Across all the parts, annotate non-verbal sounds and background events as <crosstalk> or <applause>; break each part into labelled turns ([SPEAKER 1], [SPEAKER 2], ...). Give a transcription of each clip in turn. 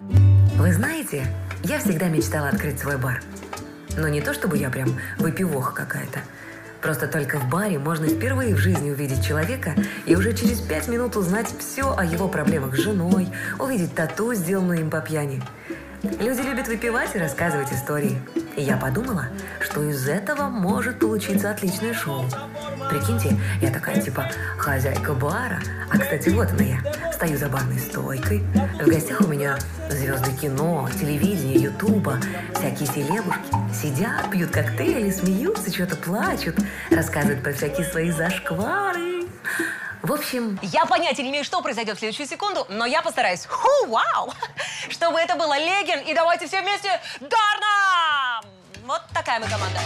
[SPEAKER 1] Вы знаете, я всегда мечтала открыть свой бар. Но не то, чтобы я прям выпивоха какая-то. Просто только в баре можно впервые в жизни увидеть человека и уже через пять минут узнать все о его проблемах с женой, увидеть тату, сделанную им по пьяни. Люди любят выпивать и рассказывать истории. И я подумала, что из этого может получиться отличное шоу. Прикиньте, я такая типа хозяйка бара. А, кстати, вот она я. Стою за барной стойкой. В гостях у меня звезды кино, телевидения, ютуба, всякие селебушки. Сидят, пьют коктейли, смеются, что-то плачут, рассказывают про всякие свои зашквары. В общем,
[SPEAKER 2] Я понятия не имею, что произойдет в следующую секунду, но я постараюсь. Ху, вау! <laughs> Чтобы это было Легин, и давайте все вместе Дарна! Вот такая мы команда.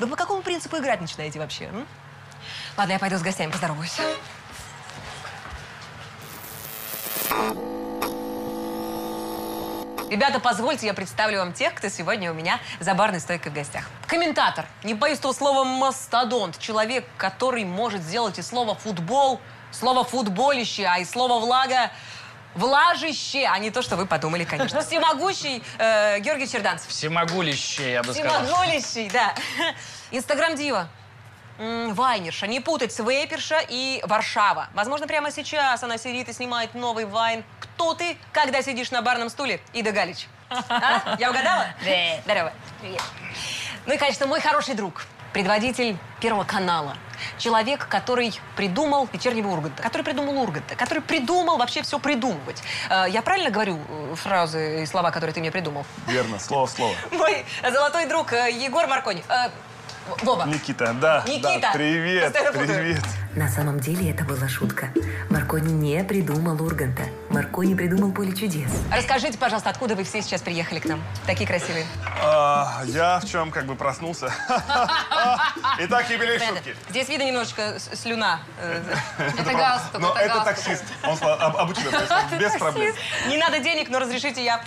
[SPEAKER 2] Вы по какому принципу играть начинаете вообще? м? Ладно, я пойду с гостями поздороваюсь. Ребята, позвольте, я представлю вам тех, кто сегодня у меня за барной стойкой в гостях. Комментатор. Не боюсь того слова «мастодонт». Человек, который может сделать и слово «футбол», слово «футболище», а и слово «влага» «влажище», а не то, что вы подумали, конечно. Всемогущий э, Георгий Черданцев.
[SPEAKER 3] Всемогулище, я бы сказал.
[SPEAKER 2] Всемогущий, да. Инстаграм Дива. М, Вайнерша. Не путать с Вейперша и Варшава. Возможно, прямо сейчас она сидит и снимает новый вайн. Кто ты, когда сидишь на барном стуле? Ида Галич. А? Я угадала? Да. Здорово. Привет. Ну и, конечно, мой хороший друг. Предводитель Первого канала. Человек, который придумал вечернего Урганта, который придумал Урганта, который придумал вообще все придумывать. Э, Я правильно говорю э, фразы и слова, которые ты мне придумал?
[SPEAKER 4] Верно, слово в слово.
[SPEAKER 2] Мой золотой друг э, Егор Маркони. Э, В- Вова.
[SPEAKER 4] Никита, да.
[SPEAKER 2] Никита!
[SPEAKER 4] да, привет,
[SPEAKER 2] Постоянно путаю.
[SPEAKER 4] привет.
[SPEAKER 1] на самом деле это была шутка. Маркони не придумал Урганта. Маркони придумал поле чудес.
[SPEAKER 2] Расскажите, пожалуйста, откуда вы все сейчас приехали к нам? Такие красивые.
[SPEAKER 4] А, я в чем как бы проснулся. Итак, юбилей
[SPEAKER 2] Понятно.
[SPEAKER 4] шутки.
[SPEAKER 2] Здесь видно немножечко с- слюна. э,
[SPEAKER 5] Это галстук,
[SPEAKER 4] Но это
[SPEAKER 5] галстук.
[SPEAKER 4] таксист. Он сла- об- обычно происходит, без проблем.
[SPEAKER 2] Не надо денег, но разрешите я...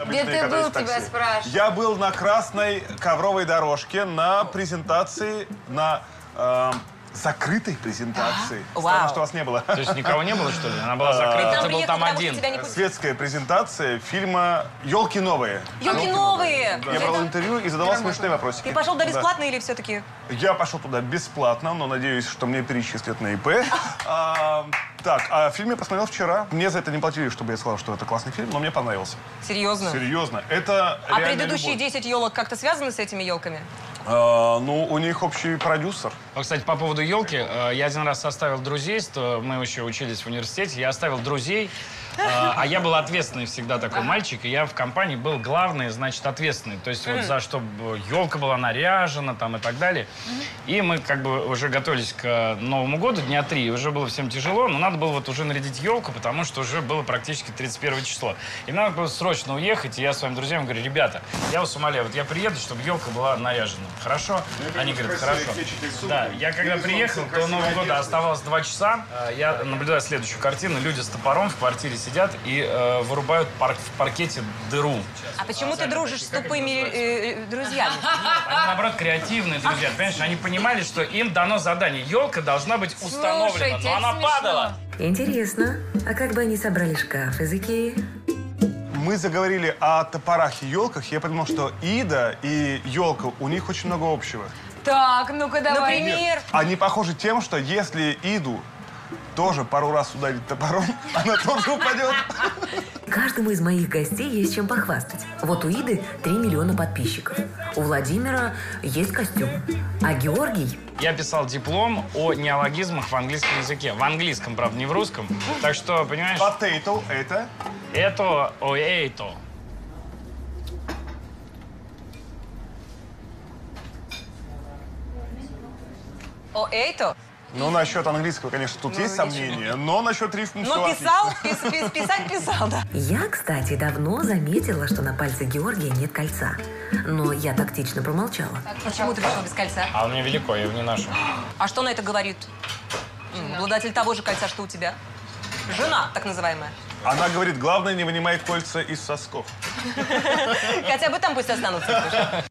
[SPEAKER 4] Обычно
[SPEAKER 5] Где
[SPEAKER 4] я
[SPEAKER 5] ты
[SPEAKER 4] катаюсь
[SPEAKER 5] был,
[SPEAKER 4] в такси.
[SPEAKER 5] тебя спрашивают.
[SPEAKER 4] Я был на красной ковровой дорожке на презентации, на эм, закрытой презентации.
[SPEAKER 2] А,
[SPEAKER 4] Странно,
[SPEAKER 2] вау.
[SPEAKER 4] что вас не было.
[SPEAKER 3] То есть никого не было, что ли? Она была закрыта,
[SPEAKER 2] Нам
[SPEAKER 3] ты был
[SPEAKER 2] приехал
[SPEAKER 3] там
[SPEAKER 2] потому, что
[SPEAKER 3] один.
[SPEAKER 4] Э,
[SPEAKER 2] тебя не пустили.
[SPEAKER 4] Светская презентация фильма «Елки новые».
[SPEAKER 2] Ёлки новые!
[SPEAKER 4] Я брал интервью и задавал смешные вопросики.
[SPEAKER 2] Ты пошел
[SPEAKER 4] Да.
[SPEAKER 2] да бесплатно или все-таки...
[SPEAKER 4] Я пошел туда бесплатно, но надеюсь, что мне перечислят на ИП. А, Так, а фильм я посмотрел вчера. Мне за это не платили, чтобы я сказал, что это классный фильм, но мне понравился.
[SPEAKER 2] Серьезно?
[SPEAKER 4] Серьезно, это
[SPEAKER 2] А
[SPEAKER 4] реальная
[SPEAKER 2] предыдущие
[SPEAKER 4] любовь.
[SPEAKER 2] 10 елок как-то связаны с этими елками?
[SPEAKER 4] А, ну, у них общий продюсер.
[SPEAKER 3] Ну, кстати, по поводу елки, я один раз оставил друзей, что мы еще учились в университете, я оставил друзей, э, а я был ответственный всегда такой мальчик, и я в компании был главный, значит, ответственный. То есть вот за что елка была наряжена там и так далее. И мы как бы уже готовились к э, Новому году, дня три, и уже было всем тяжело, но надо было вот уже нарядить елку, потому что уже было практически 31 число. И надо было срочно уехать, и я своим друзьям говорю, ребята, я вас умоляю, вот я приеду, чтобы елка была наряжена. Хорошо? Они говорят, хорошо. Да, я когда приехал, до Нового года оставалось два часа. Э, Я наблюдаю следующую картину. Люди с топором в квартире сидят и э, вырубают пар- в паркете дыру.
[SPEAKER 2] А почему ты дружишь с тупыми э, э, <laughs> друзьями?
[SPEAKER 3] Они, наоборот, креативные друзья. Понимаешь, они понимали, что им дано задание. Елка должна быть установлена,
[SPEAKER 5] Слушайте,
[SPEAKER 3] но она
[SPEAKER 5] смешно.
[SPEAKER 3] падала.
[SPEAKER 1] Интересно, а как бы они собрали шкаф из Икеи?
[SPEAKER 4] Мы заговорили о топорах и елках. Я подумал, что Ида и елка, у них очень много общего.
[SPEAKER 5] Так, ну-ка давай.
[SPEAKER 2] Например,
[SPEAKER 4] Они похожи тем, что если Иду тоже пару раз ударить топором, <laughs> она тоже упадет.
[SPEAKER 1] Каждому из моих гостей есть чем похвастать. Вот у Иды 3 миллиона подписчиков. У Владимира есть костюм. А Георгий
[SPEAKER 3] Я писал диплом о неологизмах в английском языке. В английском, правда, не в русском. Так что, понимаешь,
[SPEAKER 4] Potato — это
[SPEAKER 3] это о это.
[SPEAKER 2] о, эй, то.
[SPEAKER 4] Ну, насчет английского, конечно, тут есть сомнения, но насчет рифм
[SPEAKER 2] Ну,
[SPEAKER 4] все
[SPEAKER 2] писал, пис- пис- писать писал, да.
[SPEAKER 1] Я, кстати, давно заметила, что на пальце Георгия нет кольца. Но я тактично промолчала.
[SPEAKER 2] Почему ты пришел без кольца?
[SPEAKER 3] А у меня велико, я его не ношу.
[SPEAKER 2] А что на это говорит? М, Обладатель того же кольца, что у тебя. Жена, так называемая.
[SPEAKER 4] Она говорит, главное, не вынимай кольца из сосков.
[SPEAKER 2] Хотя бы там пусть останутся. слушай.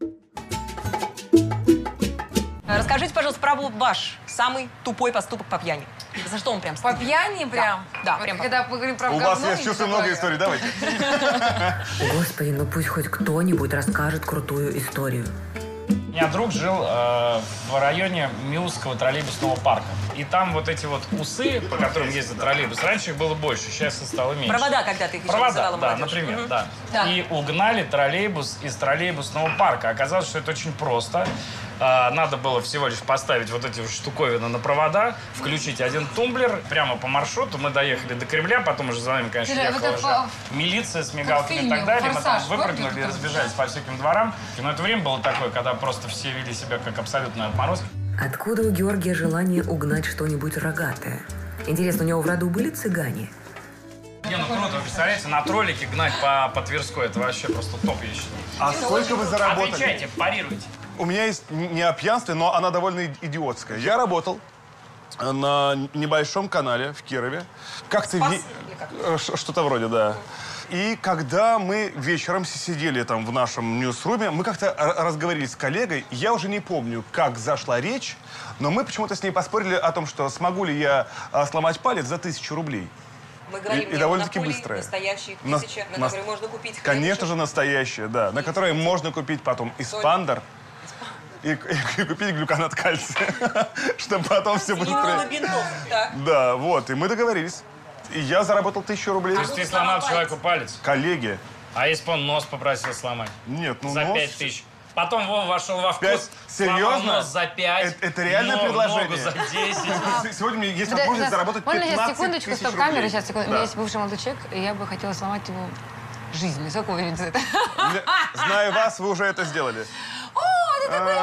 [SPEAKER 2] Расскажите, пожалуйста, про ваш самый тупой поступок по пьяни. За что он прям
[SPEAKER 5] По
[SPEAKER 2] стыден?
[SPEAKER 5] пьяни прям?
[SPEAKER 2] да,
[SPEAKER 5] Вот
[SPEAKER 2] прям по-
[SPEAKER 5] Когда мы говорим про
[SPEAKER 4] У
[SPEAKER 5] говно,
[SPEAKER 4] вас, я
[SPEAKER 5] и
[SPEAKER 4] чувствую,
[SPEAKER 5] такое.
[SPEAKER 4] много историй. Давайте.
[SPEAKER 1] Господи, ну пусть хоть кто-нибудь расскажет крутую историю.
[SPEAKER 3] У меня друг жил э, в районе Миусского троллейбусного парка. И там вот эти вот усы, по которым ездит троллейбус, раньше их было больше, сейчас их стало меньше.
[SPEAKER 2] Провода, когда ты их еще
[SPEAKER 3] Провода,
[SPEAKER 2] называла
[SPEAKER 3] да,
[SPEAKER 2] молодежь.
[SPEAKER 3] например,
[SPEAKER 2] Мгм.
[SPEAKER 3] да.
[SPEAKER 2] Так.
[SPEAKER 3] И угнали троллейбус из троллейбусного парка. Оказалось, что это очень просто. А, Надо было всего лишь поставить вот эти вот штуковины на провода, включить один тумблер прямо по маршруту. Мы доехали до Кремля, потом уже за нами, конечно,
[SPEAKER 5] Слушай, а вот
[SPEAKER 3] ехала
[SPEAKER 5] это
[SPEAKER 3] уже милиция с мигалками и
[SPEAKER 5] фильме
[SPEAKER 3] так далее. Мы там
[SPEAKER 5] «Форсаж»
[SPEAKER 3] выпрыгнули
[SPEAKER 5] помните,
[SPEAKER 3] и
[SPEAKER 5] там?
[SPEAKER 3] разбежались по всяким дворам. Но это время было такое, когда просто все вели себя как абсолютные отморозки.
[SPEAKER 1] Откуда у Георгия желание угнать что-нибудь рогатое? Интересно, у него в роду были цыгане?
[SPEAKER 3] Не, ну круто, вы представляете, на троллике гнать по, по Тверской, это вообще просто топ, я считаю.
[SPEAKER 4] А сколько вы заработали?
[SPEAKER 3] Отвечайте, парируйте.
[SPEAKER 4] У меня есть н- не о пьянстве, но она довольно и- идиотская. Я работал э, на небольшом канале в Кирове. Как-то...
[SPEAKER 2] Спас
[SPEAKER 4] ве-
[SPEAKER 2] или как?
[SPEAKER 4] э, ш- Что-то вроде, да. И когда мы вечером си- сидели там в нашем ньюсруме, мы как-то р- разговорились с коллегой. Я уже не помню, как зашла речь, но мы почему-то с ней поспорили о том, что смогу ли я а, сломать палец за тысячу рублей.
[SPEAKER 2] Мы
[SPEAKER 4] И-
[SPEAKER 2] говорим
[SPEAKER 4] и
[SPEAKER 2] не о
[SPEAKER 4] довольно-таки
[SPEAKER 2] монополии,
[SPEAKER 4] быстрое.
[SPEAKER 2] настоящие
[SPEAKER 4] На-
[SPEAKER 2] тысячи, на,
[SPEAKER 4] на-
[SPEAKER 2] которые можно купить хлеб,
[SPEAKER 4] Конечно же, настоящее, да. На которое можно купить потом испандер и, и купить глюконат кальция, <laughs> чтобы потом все
[SPEAKER 2] И много
[SPEAKER 4] быстрее.
[SPEAKER 2] бинтов. Так.
[SPEAKER 4] Да, вот, и мы договорились. И я заработал тысячу рублей.
[SPEAKER 3] То есть ты сломал человеку палец,
[SPEAKER 4] Коллеги,
[SPEAKER 3] а если бы он нос попросил сломать?
[SPEAKER 4] нет, ну
[SPEAKER 3] за
[SPEAKER 4] нос-
[SPEAKER 3] пять тысяч. Потом Вова вошел во вкус,
[SPEAKER 4] Пять?
[SPEAKER 3] сломал
[SPEAKER 4] Серьезно?
[SPEAKER 3] нос за 5.
[SPEAKER 4] Это- это реальное предложение?
[SPEAKER 3] Ногу за
[SPEAKER 4] <laughs>
[SPEAKER 3] 10.
[SPEAKER 4] С- Сегодня у меня есть
[SPEAKER 5] Да,
[SPEAKER 4] возможность
[SPEAKER 5] сейчас-
[SPEAKER 4] заработать
[SPEAKER 5] Можно
[SPEAKER 4] 15
[SPEAKER 5] сейчас секундочку,
[SPEAKER 4] тысяч
[SPEAKER 5] стоп,
[SPEAKER 4] рублей.
[SPEAKER 5] камера, сейчас, секунду. У меня
[SPEAKER 4] Да.
[SPEAKER 5] есть бывший молодой человек, и я бы хотела сломать ему жизнь. Высоко уверен за это.
[SPEAKER 4] Для- Знаю вас, вы уже это сделали.
[SPEAKER 5] О,
[SPEAKER 4] <laughs>
[SPEAKER 5] ты такой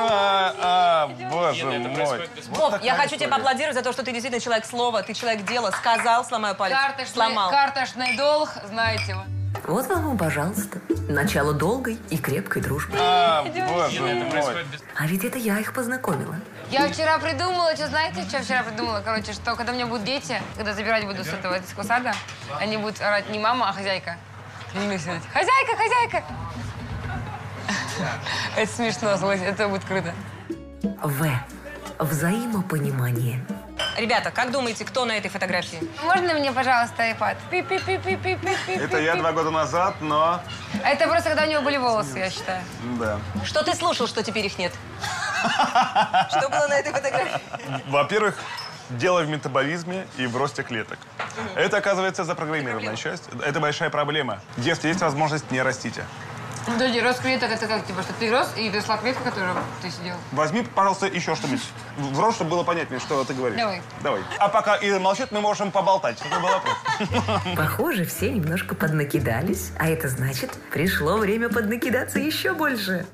[SPEAKER 4] А, боже
[SPEAKER 3] Нет, это
[SPEAKER 4] мой.
[SPEAKER 3] происходит без
[SPEAKER 2] Вов, я хочу тебе поаплодировать за то, что ты действительно человек слова, ты человек дела, сказал, сломаю палец,
[SPEAKER 5] карточный,
[SPEAKER 2] сломал.
[SPEAKER 5] карточный долг, знаете его.
[SPEAKER 1] Вот вам, и, пожалуйста, начало долгой и крепкой дружбы.
[SPEAKER 4] А, боже
[SPEAKER 3] Нет, это
[SPEAKER 4] мой.
[SPEAKER 3] происходит без
[SPEAKER 1] А ведь это я их познакомила.
[SPEAKER 5] Я вчера придумала, что знаете, что я вчера придумала? Короче, что когда у меня будут дети, когда забирать буду с этого детского сада, они будут орать не мама, а хозяйка. Клянусь, орать, Хозяйка, хозяйка! <laughs> Это смешно, слушай, это будет круто.
[SPEAKER 1] В. Взаимопонимание.
[SPEAKER 2] Ребята, как думаете, кто на этой фотографии?
[SPEAKER 5] Можно мне, пожалуйста, iPad? Пи-пи-пи-пи-пи-пи-пи.
[SPEAKER 4] Это я два года назад, но...
[SPEAKER 5] Это просто когда у него были волосы, я считаю.
[SPEAKER 4] Да.
[SPEAKER 2] Что ты слушал, что теперь их
[SPEAKER 4] <laughs>
[SPEAKER 2] нет? Что было на этой фотографии?
[SPEAKER 4] Во-первых, дело в метаболизме и в росте клеток. Это, оказывается, запрограммированная часть. Это большая проблема. Если есть возможность, не растите.
[SPEAKER 5] Подожди, рост клеток это как, типа, что ты рос и росла клетка, которую ты сидел?
[SPEAKER 4] Возьми, пожалуйста, еще что-нибудь. В рот, чтобы было понятнее, что ты говоришь.
[SPEAKER 5] Давай.
[SPEAKER 4] Давай. А пока Ира молчит, мы можем поболтать. Это был вопрос.
[SPEAKER 1] Похоже, все немножко поднакидались, а это значит, пришло время поднакидаться еще больше.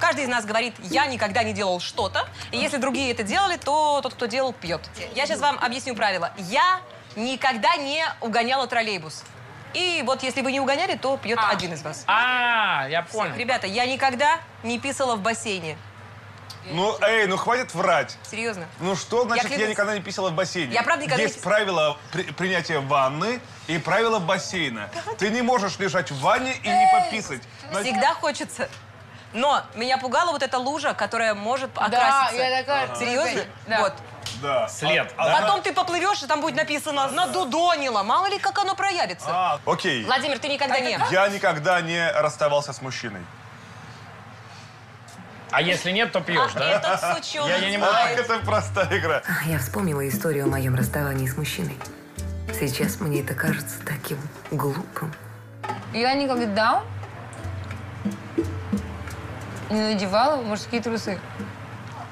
[SPEAKER 2] Каждый из нас говорит, я никогда не делал что-то, и если другие это делали, то тот, кто делал, пьет. Я сейчас вам объясню правила. Я никогда не угоняла троллейбус. И вот если вы не угоняли, то пьет
[SPEAKER 5] А.
[SPEAKER 2] один из вас.
[SPEAKER 3] А, я
[SPEAKER 2] Всех.
[SPEAKER 3] понял.
[SPEAKER 2] Ребята, я никогда не писала в бассейне.
[SPEAKER 4] Ну, эй, ну хватит врать.
[SPEAKER 2] Серьезно.
[SPEAKER 4] Ну что значит, я,
[SPEAKER 2] клянусь.
[SPEAKER 4] никогда не писала в бассейне?
[SPEAKER 2] Я правда никогда не
[SPEAKER 4] Есть
[SPEAKER 2] писала.
[SPEAKER 4] правила при- принятия ванны и правила бассейна. Ты не можешь лежать в ванне и не пописать. Но-
[SPEAKER 2] Всегда хочется. Но меня пугала вот эта лужа, которая может окраситься.
[SPEAKER 5] я такая,
[SPEAKER 2] Серьезно?
[SPEAKER 5] А Да.
[SPEAKER 2] Вот.
[SPEAKER 4] Да.
[SPEAKER 3] След,
[SPEAKER 4] А- а-
[SPEAKER 2] Потом ты поплывешь, и там будет написано «надудонила». Мало ли, как оно проявится.
[SPEAKER 4] а, Окей.
[SPEAKER 2] Владимир, ты никогда не...
[SPEAKER 4] Я никогда не расставался с мужчиной.
[SPEAKER 3] А если нет, то пьешь, да?
[SPEAKER 2] Этот сучонок
[SPEAKER 3] Я- я не могу.
[SPEAKER 4] Ах,
[SPEAKER 2] знает.
[SPEAKER 4] это простая игра.
[SPEAKER 1] А, Я вспомнила историю о моем расставании с мужчиной. Сейчас мне это кажется таким глупым.
[SPEAKER 5] Я никогда не надевала мужские трусы.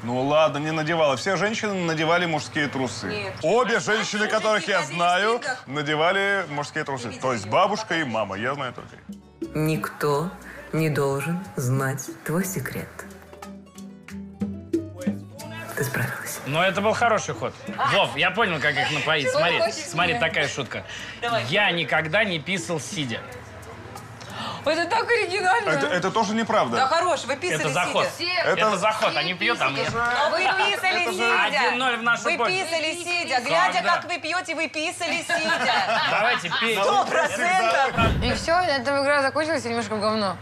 [SPEAKER 4] Ну ладно, не надевала. Все женщины надевали мужские трусы.
[SPEAKER 2] Нет.
[SPEAKER 5] а
[SPEAKER 4] Обе женщины, которых я
[SPEAKER 2] ходили в
[SPEAKER 4] знаю,
[SPEAKER 2] стрингах.
[SPEAKER 4] надевали мужские трусы. То есть бабушка и мама, я знаю только. их.
[SPEAKER 1] Никто не должен знать твой секрет. Ты справилась.
[SPEAKER 3] Но это был хороший ход. Вов, я понял, как их напоить. Смотри,
[SPEAKER 5] Очень
[SPEAKER 3] смотри,
[SPEAKER 5] смешно.
[SPEAKER 3] такая шутка.
[SPEAKER 2] Давай.
[SPEAKER 3] Я никогда не писал сидя.
[SPEAKER 5] Это так оригинально.
[SPEAKER 4] Это, это тоже
[SPEAKER 2] Да
[SPEAKER 4] неправда.
[SPEAKER 2] хорош, вы писали,
[SPEAKER 3] Это заход.
[SPEAKER 2] сидя.
[SPEAKER 5] Все
[SPEAKER 4] Это-
[SPEAKER 3] Это заход,
[SPEAKER 5] все
[SPEAKER 3] они пьют, а мне...
[SPEAKER 5] писали.
[SPEAKER 2] А вы писали
[SPEAKER 4] Это же
[SPEAKER 2] сидя.
[SPEAKER 3] 1-0 в нашу
[SPEAKER 2] Вы
[SPEAKER 3] пользу.
[SPEAKER 2] писали
[SPEAKER 5] Писали,
[SPEAKER 2] сидя.
[SPEAKER 5] писали.
[SPEAKER 2] Глядя,
[SPEAKER 3] Да.
[SPEAKER 2] как вы пьете, вы писали сидя.
[SPEAKER 3] Давайте пей.
[SPEAKER 2] Сто процентов.
[SPEAKER 5] И все, на этом игра закончилась и немножко в говно.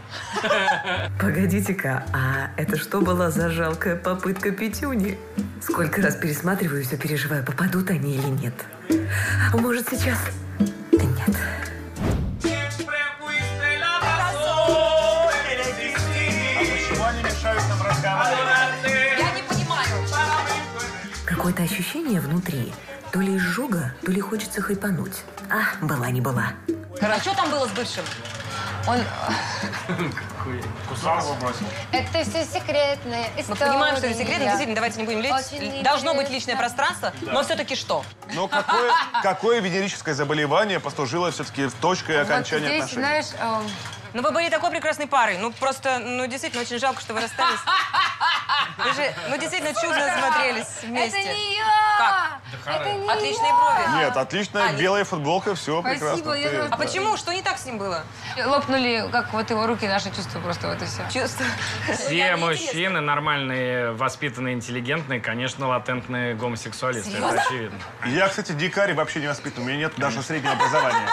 [SPEAKER 1] Погодите-ка, а это что была за жалкая попытка пятюни? Сколько раз пересматриваю и все переживаю, попадут они или нет. А Может, сейчас? Да нет.
[SPEAKER 4] Почему они мешают нам разговаривать?
[SPEAKER 2] Я не понимаю.
[SPEAKER 1] Какое-то ощущение внутри. То ли изжога, то ли хочется хайпануть. А, была не была.
[SPEAKER 2] А что там было с бывшим?
[SPEAKER 5] Он...
[SPEAKER 4] Кусал бросил.
[SPEAKER 5] Это все секретные истории.
[SPEAKER 2] Мы понимаем, что это секретно. Действительно, давайте не будем лечь.
[SPEAKER 5] Очень
[SPEAKER 2] Должно
[SPEAKER 5] интересно.
[SPEAKER 2] быть личное пространство, но все-таки что?
[SPEAKER 4] Но какое, какое венерическое заболевание послужило все-таки точкой окончания
[SPEAKER 5] вот здесь,
[SPEAKER 4] отношений?
[SPEAKER 5] знаешь, эм,
[SPEAKER 2] Ну, вы были такой прекрасной парой. Ну, просто, ну, действительно, очень жалко, что вы расстались. Вы же, ну, действительно, чудно смотрелись вместе.
[SPEAKER 5] а Это не я!
[SPEAKER 2] Как?
[SPEAKER 5] Это не
[SPEAKER 2] Отличные
[SPEAKER 5] я!
[SPEAKER 2] брови.
[SPEAKER 4] Нет, отличная
[SPEAKER 2] А, не-
[SPEAKER 4] белая футболка, все
[SPEAKER 5] Спасибо,
[SPEAKER 4] прекрасно.
[SPEAKER 5] я
[SPEAKER 4] Ты-
[SPEAKER 5] тоже-
[SPEAKER 2] А почему? Что не так с ним было?
[SPEAKER 5] Лопнули, как вот его руки, наши чувства просто, вот и все.
[SPEAKER 2] Чувство. Ну,
[SPEAKER 3] Все мужчины нормальные, воспитанные, интеллигентные, конечно, латентные гомосексуалисты. Это очевидно.
[SPEAKER 4] Я, кстати, дикарь вообще не воспитан. У меня нет даже среднего образования.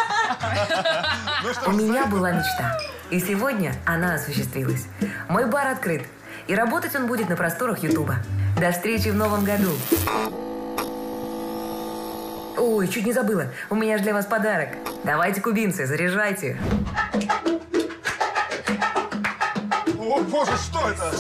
[SPEAKER 4] Ну что
[SPEAKER 1] У
[SPEAKER 4] ж,
[SPEAKER 1] меня была мечта. И сегодня она осуществилась. Мой бар открыт. И работать он будет на просторах Ютуба. До встречи в новом году. Ой, чуть не забыла. У меня же для вас подарок. Давайте, кубинцы, заряжайте.
[SPEAKER 4] О, боже, что это?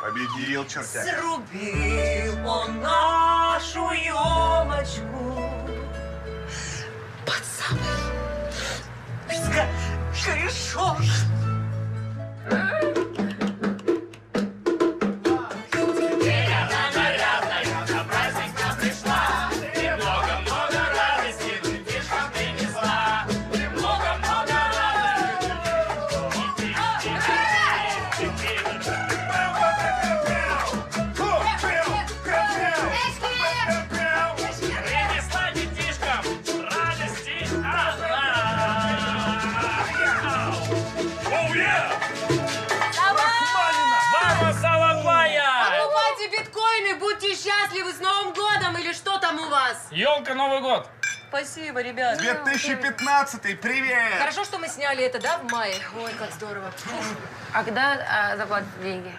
[SPEAKER 4] Победил чертяк.
[SPEAKER 2] Срубил он нашу емочку под самый ска- корешок.
[SPEAKER 6] Принесла детишкам радости а, одна. а, Оу, е! Мама Салавая!
[SPEAKER 5] А
[SPEAKER 7] Покупайте биткоины, будьте счастливы с Новым годом или что там у вас?
[SPEAKER 6] Елка, Новый год!
[SPEAKER 2] Спасибо, ребят.
[SPEAKER 4] 2015 привет!
[SPEAKER 2] Хорошо, что мы сняли это, да, в мае?
[SPEAKER 7] Ой, как здорово.
[SPEAKER 5] А когда а, заплатят деньги?